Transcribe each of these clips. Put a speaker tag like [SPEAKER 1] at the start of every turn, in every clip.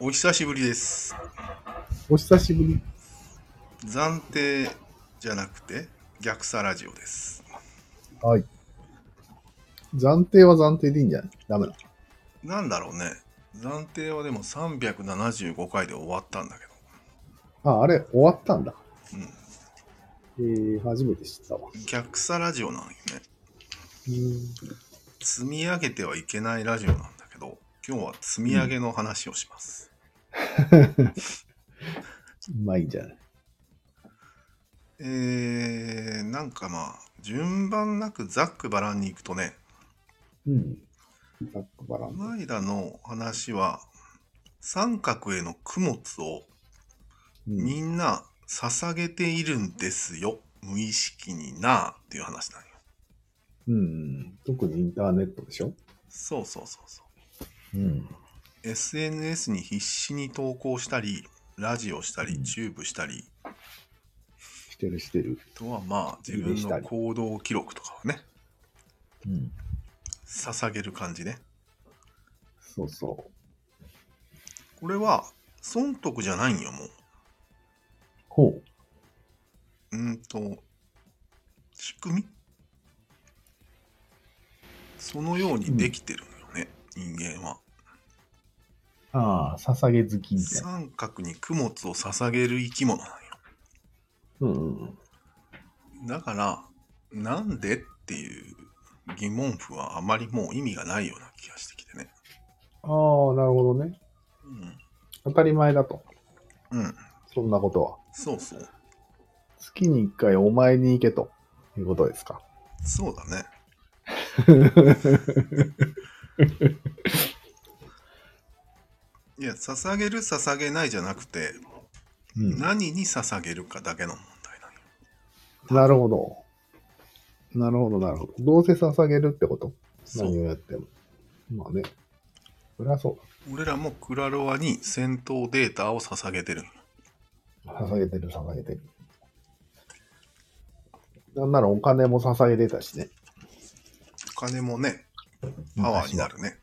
[SPEAKER 1] お久しぶりです。
[SPEAKER 2] お久しぶり。
[SPEAKER 1] 暫定じゃなくて、逆さラジオです。
[SPEAKER 2] はい。暫定は暫定でいいんじゃないダメだ。
[SPEAKER 1] なんだろうね。暫定はでも375回で終わったんだけ
[SPEAKER 2] あ、あれ、終わったんだ。
[SPEAKER 1] ど。
[SPEAKER 2] えー、初めて知ったわ。
[SPEAKER 1] うん。逆さラジオなんよね。
[SPEAKER 2] うん
[SPEAKER 1] 積み上げてはいけないラジオなんだけど、今日は積み上げの話をします。
[SPEAKER 2] まあいいんじゃない
[SPEAKER 1] えー、なんかまあ、順番なくざっくばらんに行くとね、
[SPEAKER 2] うん。ざっくばらん
[SPEAKER 1] こ
[SPEAKER 2] で
[SPEAKER 1] の間の話は、三角への供物を
[SPEAKER 2] うん。
[SPEAKER 1] みんな捧げているんですよ。無意識になあっていう話なんよ。
[SPEAKER 2] うん。特にインターネットでしょ
[SPEAKER 1] そうそうそうそう。
[SPEAKER 2] うん。
[SPEAKER 1] SNS に必死に投稿したり、ラジオした
[SPEAKER 2] う
[SPEAKER 1] り、
[SPEAKER 2] ん
[SPEAKER 1] チューブしたり、
[SPEAKER 2] してるしてる。
[SPEAKER 1] あとはまあ自分の行動記録とかをね、
[SPEAKER 2] うん。
[SPEAKER 1] 捧げる感じね。
[SPEAKER 2] そうそう。
[SPEAKER 1] これは損得じゃないんよ、もう。
[SPEAKER 2] ほ
[SPEAKER 1] う
[SPEAKER 2] う。
[SPEAKER 1] ーんと、仕組みそのようにできてるのよね、人間は。
[SPEAKER 2] ああ、捧げ好きみたいな。
[SPEAKER 1] 三角に供物を捧げる生き物なんよ。
[SPEAKER 2] うんうん
[SPEAKER 1] だから、なんでっていう疑問符はあまりもう意味がないような気がしてきてね。
[SPEAKER 2] うん。ああ、なるほどね。当たり前だと。
[SPEAKER 1] うん。うん。
[SPEAKER 2] そんなことは。
[SPEAKER 1] そうそう。
[SPEAKER 2] 月に一回お前に行けということですか。
[SPEAKER 1] そうだね。いや、捧げる、捧げないじゃなくて、
[SPEAKER 2] うん
[SPEAKER 1] 何に捧げるかだけの問題なんよ。
[SPEAKER 2] なるほど。なるほど、なるほど。どうせ捧げるってこと
[SPEAKER 1] そ
[SPEAKER 2] 何
[SPEAKER 1] う。
[SPEAKER 2] をやっても。まあね。そりゃそ
[SPEAKER 1] 俺らもクラロワに戦闘データを捧げてるんよ。
[SPEAKER 2] う。捧げてる、捧げてる。なんならお金も捧げてたしね。
[SPEAKER 1] お金もね、パワーにな
[SPEAKER 2] る。
[SPEAKER 1] るね。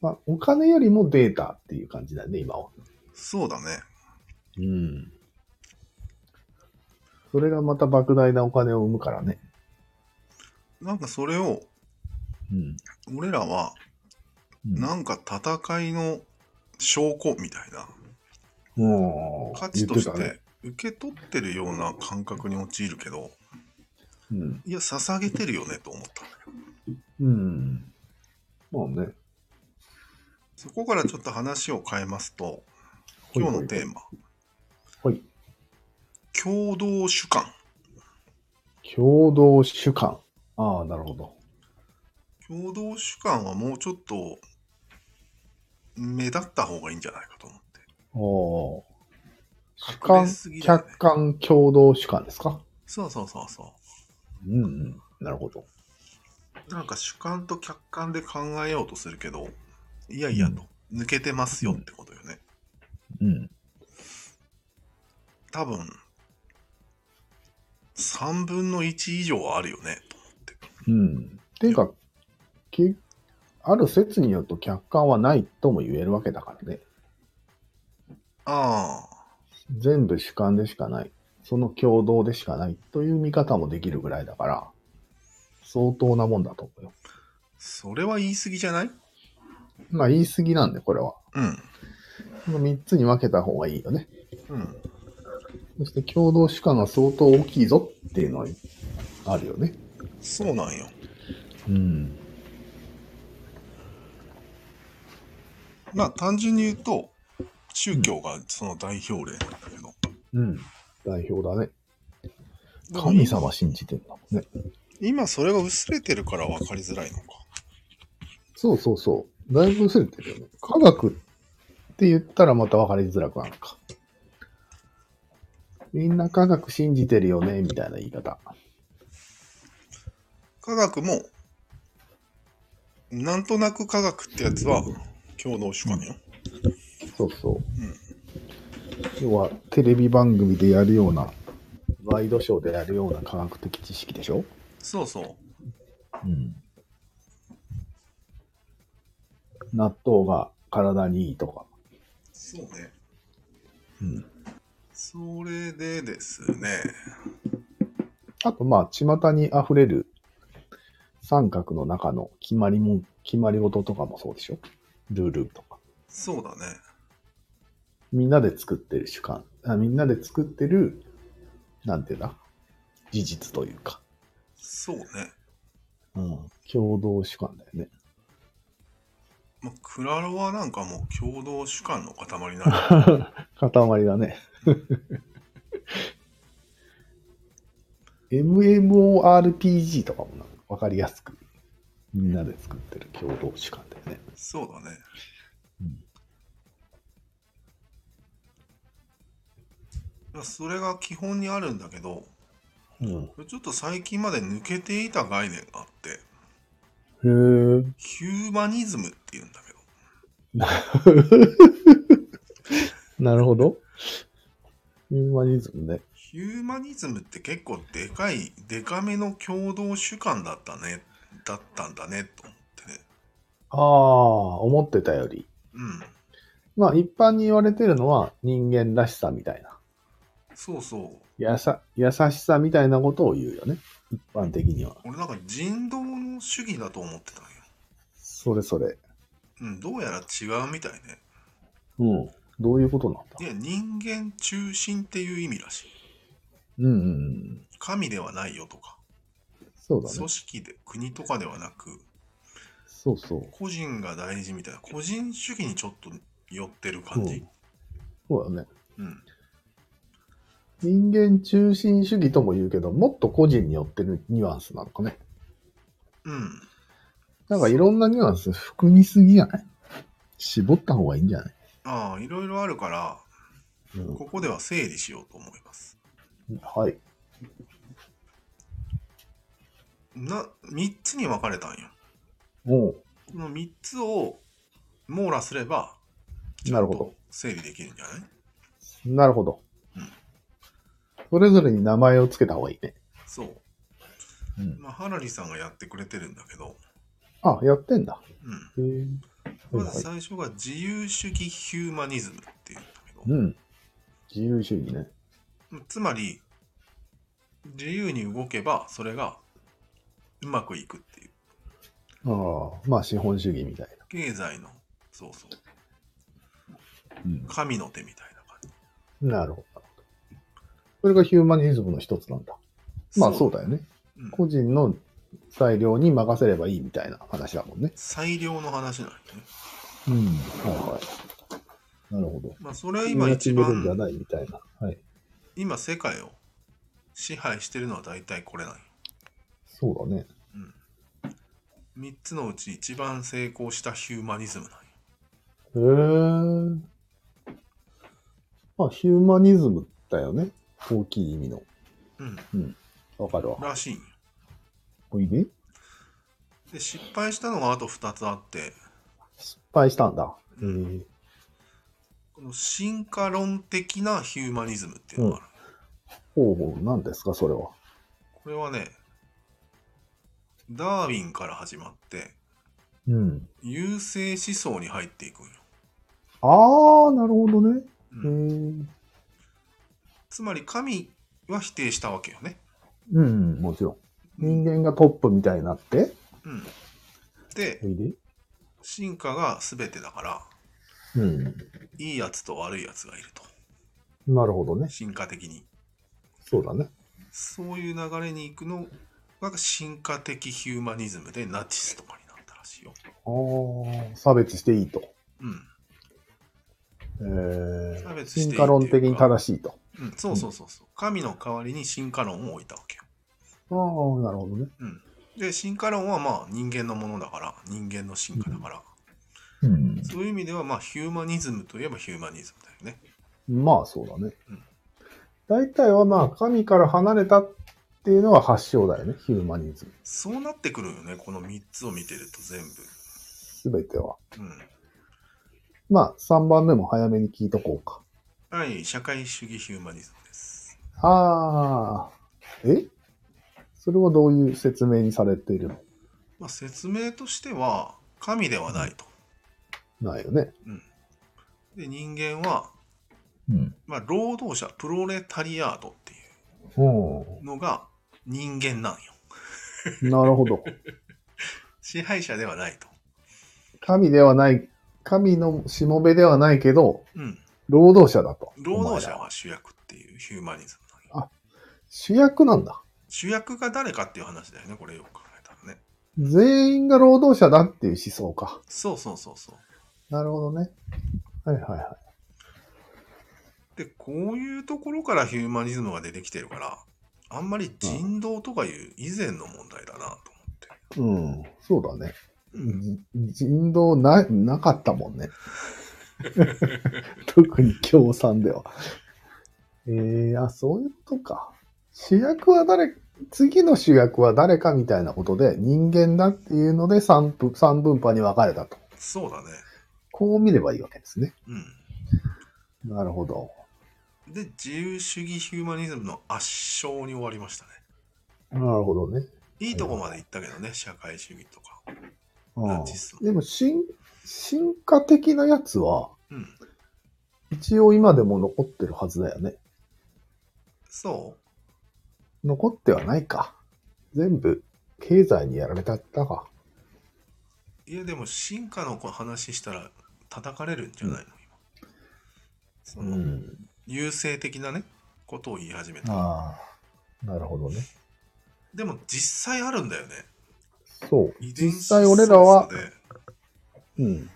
[SPEAKER 2] まあ、お金よりもデータっていう感じだね、今は。
[SPEAKER 1] そうだね。
[SPEAKER 2] うん。それがまた莫大なお金を生むからね。
[SPEAKER 1] なんかそれを
[SPEAKER 2] うん。
[SPEAKER 1] 俺らは
[SPEAKER 2] うん
[SPEAKER 1] なんか戦いの証拠みたいな
[SPEAKER 2] もう
[SPEAKER 1] 価値とし
[SPEAKER 2] 言って
[SPEAKER 1] て受け取ってるような感覚に陥るけど
[SPEAKER 2] たね。
[SPEAKER 1] いや捧げてるよねと思った
[SPEAKER 2] うん。うん。まあね。
[SPEAKER 1] そこからちょっと話を変えますと今日のテーマ
[SPEAKER 2] ほい
[SPEAKER 1] 共同主観
[SPEAKER 2] 共同主観。ああ、なるほど。
[SPEAKER 1] 共同主観はもうちょっと目立った方がいいんじゃないかと思って
[SPEAKER 2] おおー。主
[SPEAKER 1] 隠れ
[SPEAKER 2] 観、
[SPEAKER 1] すぎだよね
[SPEAKER 2] 客観共同主観ですか
[SPEAKER 1] そうそうそうそう
[SPEAKER 2] うんうん。なるほど。
[SPEAKER 1] なんか主観と客観で考えようとするけど、いやいやと、抜けてますよってことよね。
[SPEAKER 2] うん。
[SPEAKER 1] 多分、3分の1以上はあるよね、と思って。
[SPEAKER 2] うん。っていうか、きある説によると客観はないとも言えるわけだからね。
[SPEAKER 1] ああ、
[SPEAKER 2] 全部主観でしかない。その共同でしかないという見方もできるぐらいだから、相当なもんだと思うよ。
[SPEAKER 1] それは言い過ぎじゃない
[SPEAKER 2] まあ言い過ぎなんで、これは。
[SPEAKER 1] うん。
[SPEAKER 2] この3つに分けた方がいいよね。
[SPEAKER 1] うん。
[SPEAKER 2] そして共同主観が相当大きいぞっていうのはあるよね。
[SPEAKER 1] そうなんよ。
[SPEAKER 2] うん。
[SPEAKER 1] まあ、単純に言うと、宗教がその代表例なんだけど。
[SPEAKER 2] うん。代表だね。
[SPEAKER 1] でも
[SPEAKER 2] 神様信じてんだもんね。
[SPEAKER 1] 今それが薄れてるから分かりづらいのか。
[SPEAKER 2] そうそうそう。だいぶ薄れてるよね。科学って言ったらまた分かりづらくなるか。みんな科学信じてるよね、みたいな言い方。
[SPEAKER 1] 科学も、なんとなく科学ってやつは、共同主観よ。
[SPEAKER 2] そうそう。要は、テレビ番組でやるような、ワイドショーでやるような科学的知識でしょ
[SPEAKER 1] そうそう。
[SPEAKER 2] うん納豆が体にいいとか。
[SPEAKER 1] そうね。
[SPEAKER 2] うん。
[SPEAKER 1] それでですね、
[SPEAKER 2] あと、まあ、巷に溢れる三角の中の決まりも、決まり事とかもそうでしょルールとか。
[SPEAKER 1] そうだね。
[SPEAKER 2] みんなで作ってる主観。あみんなで作ってる、なんていうんだ事実というか。
[SPEAKER 1] そうね。
[SPEAKER 2] うん。共同主観だよね。
[SPEAKER 1] まあ、クラロワなんかもう共同主観の塊 なんだ
[SPEAKER 2] 塊だね。MMORPG とかもなんか分かりやすくみんなで作ってる共同主観だよね。
[SPEAKER 1] そうだね。
[SPEAKER 2] うん
[SPEAKER 1] まあそれが基本にあるんだけど、
[SPEAKER 2] うん
[SPEAKER 1] ちょっと最近まで抜けていた概念があって、
[SPEAKER 2] へー
[SPEAKER 1] ヒューマニズムって言うんだけど、
[SPEAKER 2] なるほど。ヒューマニズムね。
[SPEAKER 1] ヒューマニズムって結構でかい、でかめの共同主観だったね、だったんだね、と思ってね。
[SPEAKER 2] ああ、思ってたより。
[SPEAKER 1] うん。
[SPEAKER 2] まあ一般に言われてるのは人間らしさみたいな。
[SPEAKER 1] そうそう。
[SPEAKER 2] やさ優しさみたいなことを言うよね。一般的には。
[SPEAKER 1] 俺なんか人道の主義だと思ってたんよ。
[SPEAKER 2] それそれ。
[SPEAKER 1] うん、どうやら違うみたいね。
[SPEAKER 2] うん。どういうことなんだ
[SPEAKER 1] で、人間中心っていう意味らしい。
[SPEAKER 2] うんうんうん。
[SPEAKER 1] 神ではないよとか、
[SPEAKER 2] そうだね。
[SPEAKER 1] 組織で、国とかではなく、
[SPEAKER 2] そうそう。
[SPEAKER 1] 個人が大事みたいな、個人主義にちょっと寄ってる感じ。
[SPEAKER 2] そうだね。
[SPEAKER 1] うん。
[SPEAKER 2] 人間中心主義とも言うけど、もっと個人によってるニュアンスなのかね。
[SPEAKER 1] うん。
[SPEAKER 2] なんかいろんなニュアンス含みすぎじゃない絞った方がいいんじゃない、
[SPEAKER 1] ああ、いろいろあるから、
[SPEAKER 2] うん
[SPEAKER 1] ここでは整理しようと思います。
[SPEAKER 2] はい。
[SPEAKER 1] な、3つに分かれたんよ。
[SPEAKER 2] おう
[SPEAKER 1] この3つを網羅すれば、
[SPEAKER 2] なるほど。
[SPEAKER 1] 整理できるんじゃない
[SPEAKER 2] なるほど
[SPEAKER 1] うん。
[SPEAKER 2] それぞれに名前をつけた方がいいね。
[SPEAKER 1] そう。
[SPEAKER 2] うん、
[SPEAKER 1] まあ、ハラリさんがやってくれてるんだけど、
[SPEAKER 2] あ、やってんだ。
[SPEAKER 1] うん。
[SPEAKER 2] へえ。
[SPEAKER 1] ま
[SPEAKER 2] はいは
[SPEAKER 1] ず
[SPEAKER 2] い
[SPEAKER 1] 最初が自由主義ヒューマニズムっていうんだけど、
[SPEAKER 2] うん。自由主義ね。
[SPEAKER 1] つまり自由に動けばそれがうまくいくっていう
[SPEAKER 2] ああ、まあ資本主義みたいな。
[SPEAKER 1] 経済のそうそう
[SPEAKER 2] うん、
[SPEAKER 1] 神の手みたいな感じ
[SPEAKER 2] なるほど。それがヒューマニズムの一つなんだ。まあそうだよね。
[SPEAKER 1] うん
[SPEAKER 2] 個人の裁量に任せればいいみたいな話だもんね。
[SPEAKER 1] 裁量の話なんよね、
[SPEAKER 2] うん。はいはい。なるほど。
[SPEAKER 1] まあ、それは今一
[SPEAKER 2] みんな決めるんじゃ
[SPEAKER 1] 番
[SPEAKER 2] ないみたいな。はい。
[SPEAKER 1] 今世界を支配してるのは大体これなんよ、
[SPEAKER 2] そうだね。
[SPEAKER 1] うん、3つのうち一番成功したヒューマニズムなんよ
[SPEAKER 2] へえ。まあ、ヒューマニズムだよね。大きい意味の。
[SPEAKER 1] うん
[SPEAKER 2] わかるわ。
[SPEAKER 1] らしいんよ
[SPEAKER 2] おいで。
[SPEAKER 1] で失敗したのがあと2つあって
[SPEAKER 2] 失敗したんだ。へえ。
[SPEAKER 1] この進化論的なヒューマニズムっていうのがある、
[SPEAKER 2] ほうほう、何ですか、それは。
[SPEAKER 1] これはねダーウィンから始まって
[SPEAKER 2] うん。
[SPEAKER 1] 優勢思想に入っていくんよ、
[SPEAKER 2] ああ、なるほどね。
[SPEAKER 1] う
[SPEAKER 2] へえ。うんん
[SPEAKER 1] つまり神は否定したわけよね、
[SPEAKER 2] うん、もちろん。人
[SPEAKER 1] 間、
[SPEAKER 2] 間がトップみたいになって。
[SPEAKER 1] うん、で
[SPEAKER 2] おいで。
[SPEAKER 1] 進化が全てだから
[SPEAKER 2] うん。
[SPEAKER 1] いいやつと悪いやつがいると
[SPEAKER 2] なるほどね。
[SPEAKER 1] 進化的に
[SPEAKER 2] そうだね。
[SPEAKER 1] そういう流れに行くのが進化的ヒューマニズムでナチスとかになったらしいよ、
[SPEAKER 2] ああ、差別していいと。
[SPEAKER 1] うん
[SPEAKER 2] えー
[SPEAKER 1] 差別していいっていうか
[SPEAKER 2] 進化論的に正しいと。
[SPEAKER 1] うん、そうそうそうそう神の代わりに進化論を置いたわけよ
[SPEAKER 2] ああ、なるほどね。
[SPEAKER 1] で進化論はまあ人間のものだから人間の進化だから、
[SPEAKER 2] うん。
[SPEAKER 1] そういう意味ではまあヒューマニズムといえばヒューマニズムだよね
[SPEAKER 2] まあ、そうだね
[SPEAKER 1] うん。
[SPEAKER 2] 大体はまあ、神から離れたっていうのは発祥だよね。ヒューマニズム。
[SPEAKER 1] そうなってくるよねこの3つを見てると全
[SPEAKER 2] すべては。
[SPEAKER 1] 部、うん、
[SPEAKER 2] まあ、3番目も早めに聞いとこうか。
[SPEAKER 1] はい社会主義ヒューマニズムです
[SPEAKER 2] ああ。えそれはどういう説明にされているの
[SPEAKER 1] まあ、説明としては神ではないと、
[SPEAKER 2] うないよね。
[SPEAKER 1] で、人間は、
[SPEAKER 2] うん。
[SPEAKER 1] まあ、労働者、プロレタリアートっていう
[SPEAKER 2] う
[SPEAKER 1] のが人間なんよ。
[SPEAKER 2] ん。なるほど。
[SPEAKER 1] 支配者ではないと。
[SPEAKER 2] 神ではない、神のしもべではないけど、
[SPEAKER 1] うん。
[SPEAKER 2] 労働者だと。
[SPEAKER 1] 労働者
[SPEAKER 2] お前ら
[SPEAKER 1] は主役っていうヒューマニズムなんよ。
[SPEAKER 2] 主役なんだ。
[SPEAKER 1] 主役が誰かっていう話だよね、これよく考えたらね。
[SPEAKER 2] 全員が労働者だっていう思想か。
[SPEAKER 1] そうそうそうそう。
[SPEAKER 2] なるほどね。はいはいは
[SPEAKER 1] で、こういうところからヒューマニズムが出てきてるから、あんまり人道とかいう以前の問題だなと思って。
[SPEAKER 2] い。うん。そうだね。
[SPEAKER 1] うん、
[SPEAKER 2] じ人道な、なかったもんね。 特に共産では。えー、あ、そういうことか。主役は誰、次の主役は誰かみたいなことで人間だっていうので三分三分派に分かれたと。
[SPEAKER 1] そうだね。
[SPEAKER 2] こう見ればいいわけですね。
[SPEAKER 1] う
[SPEAKER 2] なるほど。
[SPEAKER 1] ん。で、自由主義ヒューマニズムの圧勝に終わりましたね。
[SPEAKER 2] なるほどね。
[SPEAKER 1] いいとこまで行ったけどね、社会主義とか。
[SPEAKER 2] う
[SPEAKER 1] ナ
[SPEAKER 2] ん
[SPEAKER 1] チス
[SPEAKER 2] でも進、進化的なやつは、
[SPEAKER 1] うん。
[SPEAKER 2] 一応今でも残ってるはずだよね。
[SPEAKER 1] そ
[SPEAKER 2] 残ってはないか。全部、経済にやられたったか。
[SPEAKER 1] ういや、でも進化の話したら叩かれるんじゃないの、今。その、
[SPEAKER 2] ん。
[SPEAKER 1] 優勢的なね、ことを言い始めた。
[SPEAKER 2] ああ、なるほどね。
[SPEAKER 1] でも実際あるんだよね。
[SPEAKER 2] そう。
[SPEAKER 1] 遺伝
[SPEAKER 2] 実
[SPEAKER 1] 子
[SPEAKER 2] 際俺らは
[SPEAKER 1] 操作で
[SPEAKER 2] うん。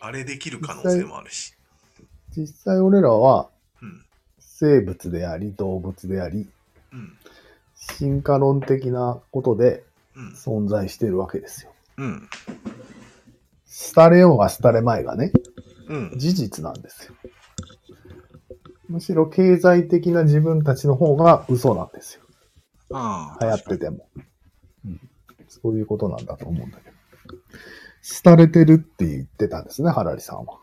[SPEAKER 1] あれできる可能性もあるし。
[SPEAKER 2] 実際俺らは、
[SPEAKER 1] うん。
[SPEAKER 2] 生物であり、動物であり、
[SPEAKER 1] うん。
[SPEAKER 2] 進化論的なことで
[SPEAKER 1] うん。
[SPEAKER 2] 存在してるわけですよ。
[SPEAKER 1] うん。
[SPEAKER 2] 廃れようが廃れまいがね、
[SPEAKER 1] うん。
[SPEAKER 2] 事実なんですよ。むしろ経済的な自分たちの方が嘘なんですよ。
[SPEAKER 1] ああ。
[SPEAKER 2] 流行ってても。うん、そういうことなんだと思うんだけど。廃れてるって言ってたんですね、ハラリさんは。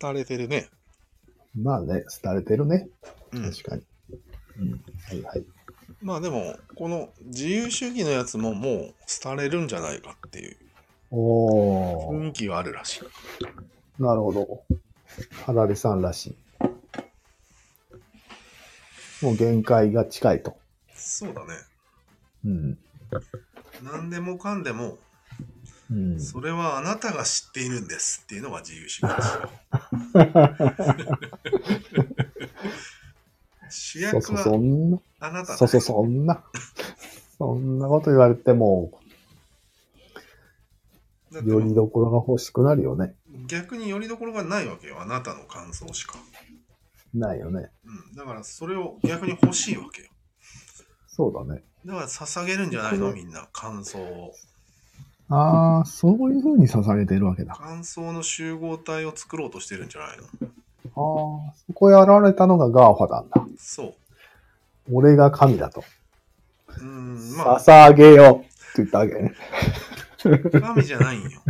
[SPEAKER 1] 廃れてるね。
[SPEAKER 2] まあね、廃れてるね。
[SPEAKER 1] うん。
[SPEAKER 2] 確かに。うん。はいはい。
[SPEAKER 1] まあでも、この自由主義のやつももう廃れるんじゃないかっていう
[SPEAKER 2] おー、
[SPEAKER 1] 雰囲気があるらしい。
[SPEAKER 2] なるほど。ハラリさんらしい。もう限界が近いと。
[SPEAKER 1] そうだね。
[SPEAKER 2] うん。
[SPEAKER 1] 何でもかんでも、
[SPEAKER 2] うん、
[SPEAKER 1] それはあなたが知っているんですっていうのが自由主義 ですよ。主
[SPEAKER 2] そう
[SPEAKER 1] 役
[SPEAKER 2] そう、そ
[SPEAKER 1] は
[SPEAKER 2] んな、
[SPEAKER 1] あなた
[SPEAKER 2] そうそう、そんな、 そんなこと言われても、
[SPEAKER 1] だって
[SPEAKER 2] よりどころが欲しくなるよね。
[SPEAKER 1] 逆によりどころがないわけよ。あなたの感想しか。
[SPEAKER 2] ないよね。
[SPEAKER 1] うん、だからそれを逆に欲しいわけよ。
[SPEAKER 2] そうだね。
[SPEAKER 1] だから捧げるんじゃないのみんな感想を。
[SPEAKER 2] ああ、そういうふうに捧げてるわけだ。あ
[SPEAKER 1] 感想の集合体を作ろうとしてるんじゃないの
[SPEAKER 2] あ、そこへ現れたのがガーファなんだ。
[SPEAKER 1] そう。
[SPEAKER 2] 俺が神だと。
[SPEAKER 1] うーん、まあ、
[SPEAKER 2] 捧げようって言ったわけね。
[SPEAKER 1] 神じゃないんよ。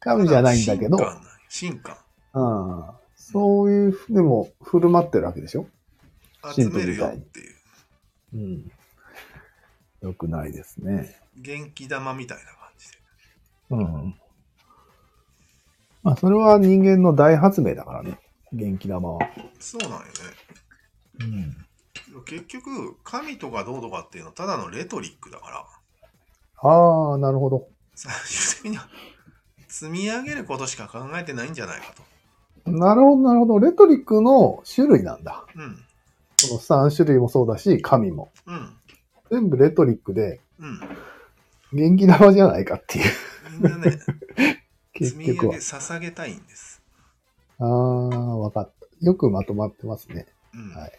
[SPEAKER 2] 神じゃないんだけど。
[SPEAKER 1] 進化
[SPEAKER 2] うんそういうふ、でも、振る舞ってるわけでしょ
[SPEAKER 1] なんよ。進化。集めるよっていう。
[SPEAKER 2] うん。よくないですね。
[SPEAKER 1] 元気玉みたいな感じで。
[SPEAKER 2] うん。まあ、それは人間の大発明だからね。元気玉は。
[SPEAKER 1] そうなんよね。
[SPEAKER 2] うん。
[SPEAKER 1] 結局、神とかどうとかっていうのはただのレトリックだから、
[SPEAKER 2] ああ、なるほど。
[SPEAKER 1] 最終的には積み上げることしか考えてないんじゃないかと。
[SPEAKER 2] なるほど、なるほど。レトリックの種類なんだ。
[SPEAKER 1] うん、
[SPEAKER 2] この3種類もそうだし、神も。
[SPEAKER 1] うん、
[SPEAKER 2] 全部レトリックで、
[SPEAKER 1] うん。
[SPEAKER 2] 元気玉じゃないかっていう。
[SPEAKER 1] みんなね、
[SPEAKER 2] 結
[SPEAKER 1] 積み上げ
[SPEAKER 2] 局は。
[SPEAKER 1] 捧げたいんです。
[SPEAKER 2] ああ、わかった。よくまとまってますね。
[SPEAKER 1] うん、
[SPEAKER 2] はい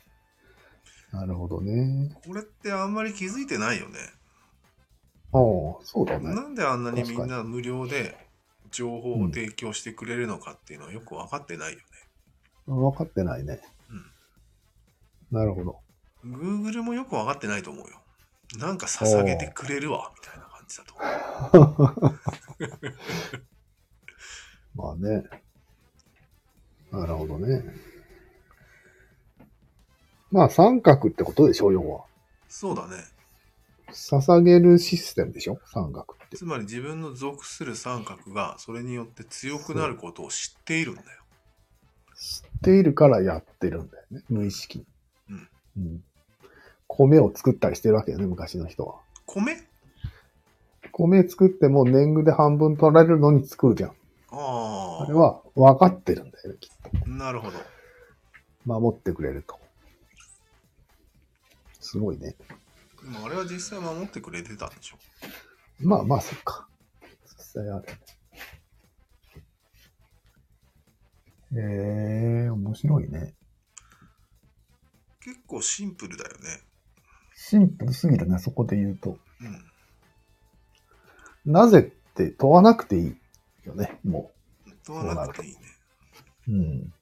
[SPEAKER 2] なるほどね。
[SPEAKER 1] これってあんまり気づいてないよね。
[SPEAKER 2] ああ、そうだね。
[SPEAKER 1] なんであんなにみんな無料で情報を提供してくれるのかっていうのはよく分かってないよね。
[SPEAKER 2] 分かってないね。なるほど。
[SPEAKER 1] Google もよく分かってないと思うよ。なんか捧げてくれるわみたいな感じだと思う。
[SPEAKER 2] まあね。なるほどね。まあ三角ってことでしょ、要は。
[SPEAKER 1] そうだね。
[SPEAKER 2] 捧げるシステムでしょ、三角って。
[SPEAKER 1] つまり自分の属する三角がそれによって強くなることを知っているんだよ。
[SPEAKER 2] 知っているからやってるんだよね、無意識に。
[SPEAKER 1] うん
[SPEAKER 2] うん米を作ったりしてるわけよね、昔の人は。
[SPEAKER 1] 米
[SPEAKER 2] 米作っても年貢で半分取られるのに作るじゃん。
[SPEAKER 1] あ
[SPEAKER 2] あれは分かってるんだよね、きっと。
[SPEAKER 1] あ、なるほど。
[SPEAKER 2] 守ってくれると。すごいね。
[SPEAKER 1] でもあれは実際守ってくれてたんでしょ。
[SPEAKER 2] まあまあ、そっか。実際ある。ええー、面白いね。
[SPEAKER 1] 結構シンプルだよね。
[SPEAKER 2] シンプルすぎるね、そこで言うと。
[SPEAKER 1] うん。
[SPEAKER 2] なぜって問わなくていいよね、も
[SPEAKER 1] 問わなくていいね。
[SPEAKER 2] う。うん。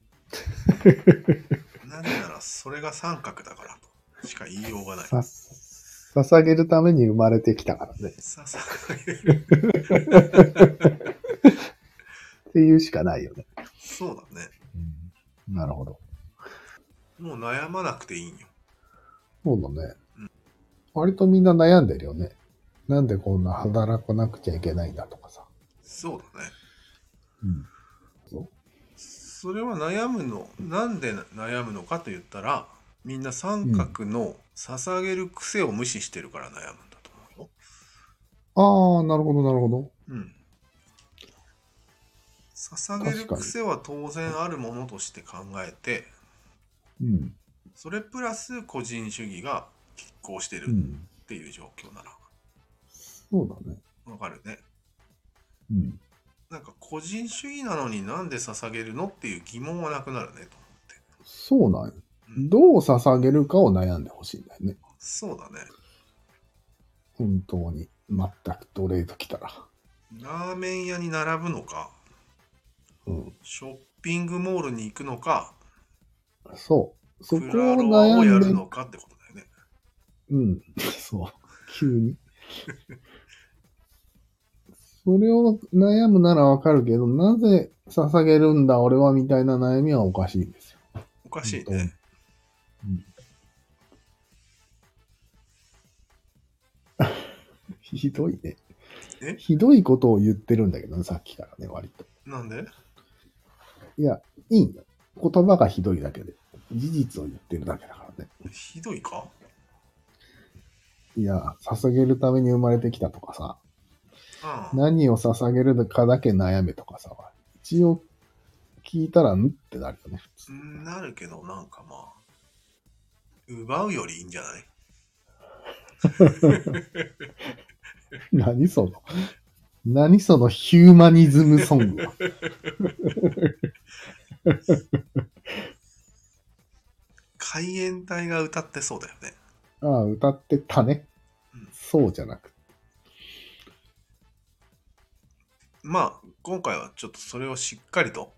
[SPEAKER 1] なぜならそれが三角だからとしか言いようがない。
[SPEAKER 2] さ、捧げるために生まれてきたからね。
[SPEAKER 1] ささげる。
[SPEAKER 2] っていうしかないよね。
[SPEAKER 1] そうだね。
[SPEAKER 2] なるほど。
[SPEAKER 1] もう悩まなくていいんよ。
[SPEAKER 2] そうだね。割とみんな悩んでるよね。なんでこんな働かなくちゃいけないんだとかさ。
[SPEAKER 1] そうだね。
[SPEAKER 2] うん。
[SPEAKER 1] それは悩むのなんで悩むのかと言ったらみんな三角の捧げる癖を無視してるから悩むんだと思
[SPEAKER 2] ああ、なるほど、なるほど。
[SPEAKER 1] うよ。うん。捧げる
[SPEAKER 2] 確かに
[SPEAKER 1] 癖は当然あるものとして考えて
[SPEAKER 2] うん。
[SPEAKER 1] それプラス個人主義が拮抗してる
[SPEAKER 2] う
[SPEAKER 1] っ
[SPEAKER 2] ん。
[SPEAKER 1] ていう状況なら
[SPEAKER 2] そうだね。
[SPEAKER 1] わかるね。
[SPEAKER 2] うん。
[SPEAKER 1] なんか個人主義なのになんで捧げるのっていう疑問はなくなるねと
[SPEAKER 2] そうなんよ。
[SPEAKER 1] 思って。うん、
[SPEAKER 2] どう捧げるかを悩んでほしいんだよね。
[SPEAKER 1] そうだね。
[SPEAKER 2] 本当に。全く奴隷ときたら。
[SPEAKER 1] ラーメン屋に並ぶのか
[SPEAKER 2] うん。
[SPEAKER 1] ショッピングモールに行くのか、
[SPEAKER 2] そう。そこを
[SPEAKER 1] クラロワをや
[SPEAKER 2] 悩
[SPEAKER 1] る
[SPEAKER 2] んで
[SPEAKER 1] のかってことだよね。
[SPEAKER 2] うん、そう、急に。それを悩むならわかるけど、なぜ捧げるんだ俺はみたいな悩みはおかしいんですよ。
[SPEAKER 1] おかしいね。
[SPEAKER 2] ひどいね
[SPEAKER 1] え。
[SPEAKER 2] ひどいことを言ってるんだけどね、さっきからね、割と。
[SPEAKER 1] なんで
[SPEAKER 2] いや、いいんだ。言葉がひどいだけで。事実を言ってるだけだからね。
[SPEAKER 1] ひどいか
[SPEAKER 2] いや、捧げるために生まれてきたとかさ、
[SPEAKER 1] うん。
[SPEAKER 2] 何を捧げるかだけ悩めとかさ、一応聞いたらんってなるよね、普通。
[SPEAKER 1] なるけど、なんかまあ、奪うよりいいんじゃない
[SPEAKER 2] 何その、何そのヒューマニズムソン グは。
[SPEAKER 1] 海援隊が歌ってそうだよね。
[SPEAKER 2] ああ、歌ってたね
[SPEAKER 1] うん。
[SPEAKER 2] そうじゃなくて。
[SPEAKER 1] まあ、今回はちょっとそれをしっかりと、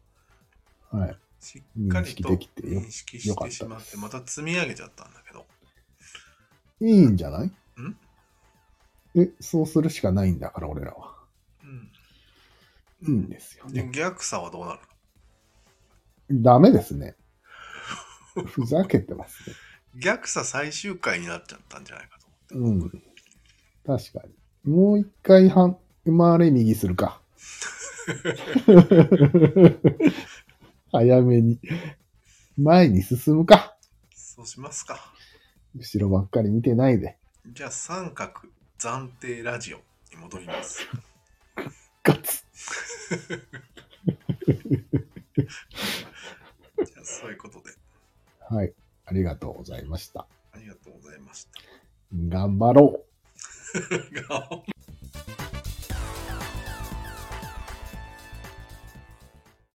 [SPEAKER 2] はい。
[SPEAKER 1] しっかりと
[SPEAKER 2] 認識できてよ
[SPEAKER 1] 認識してしま
[SPEAKER 2] よかった
[SPEAKER 1] っ
[SPEAKER 2] で
[SPEAKER 1] て、
[SPEAKER 2] す
[SPEAKER 1] また積み上げちゃったんだけど、
[SPEAKER 2] いいんじゃないえ、そうするしかないんだから、俺らは。
[SPEAKER 1] うん。
[SPEAKER 2] いいんですよ、
[SPEAKER 1] で
[SPEAKER 2] ね。
[SPEAKER 1] 逆さはどうなる
[SPEAKER 2] ダメです ね。ふざけてますね。
[SPEAKER 1] の逆さ最終回になっちゃったんじゃないかと
[SPEAKER 2] う
[SPEAKER 1] 思
[SPEAKER 2] ん
[SPEAKER 1] って。。
[SPEAKER 2] 確かに。もう一回半、回れ右する か。早めに。前に進むか。
[SPEAKER 1] そうしますか。
[SPEAKER 2] 後ろばっかり見てないで。
[SPEAKER 1] じゃあ三角暫定ラジオに戻り ます。
[SPEAKER 2] ガッツ
[SPEAKER 1] じゃあそういうことで
[SPEAKER 2] はい。ありがとうございました。
[SPEAKER 1] ありがとうございました。
[SPEAKER 2] 頑張ろう。
[SPEAKER 1] が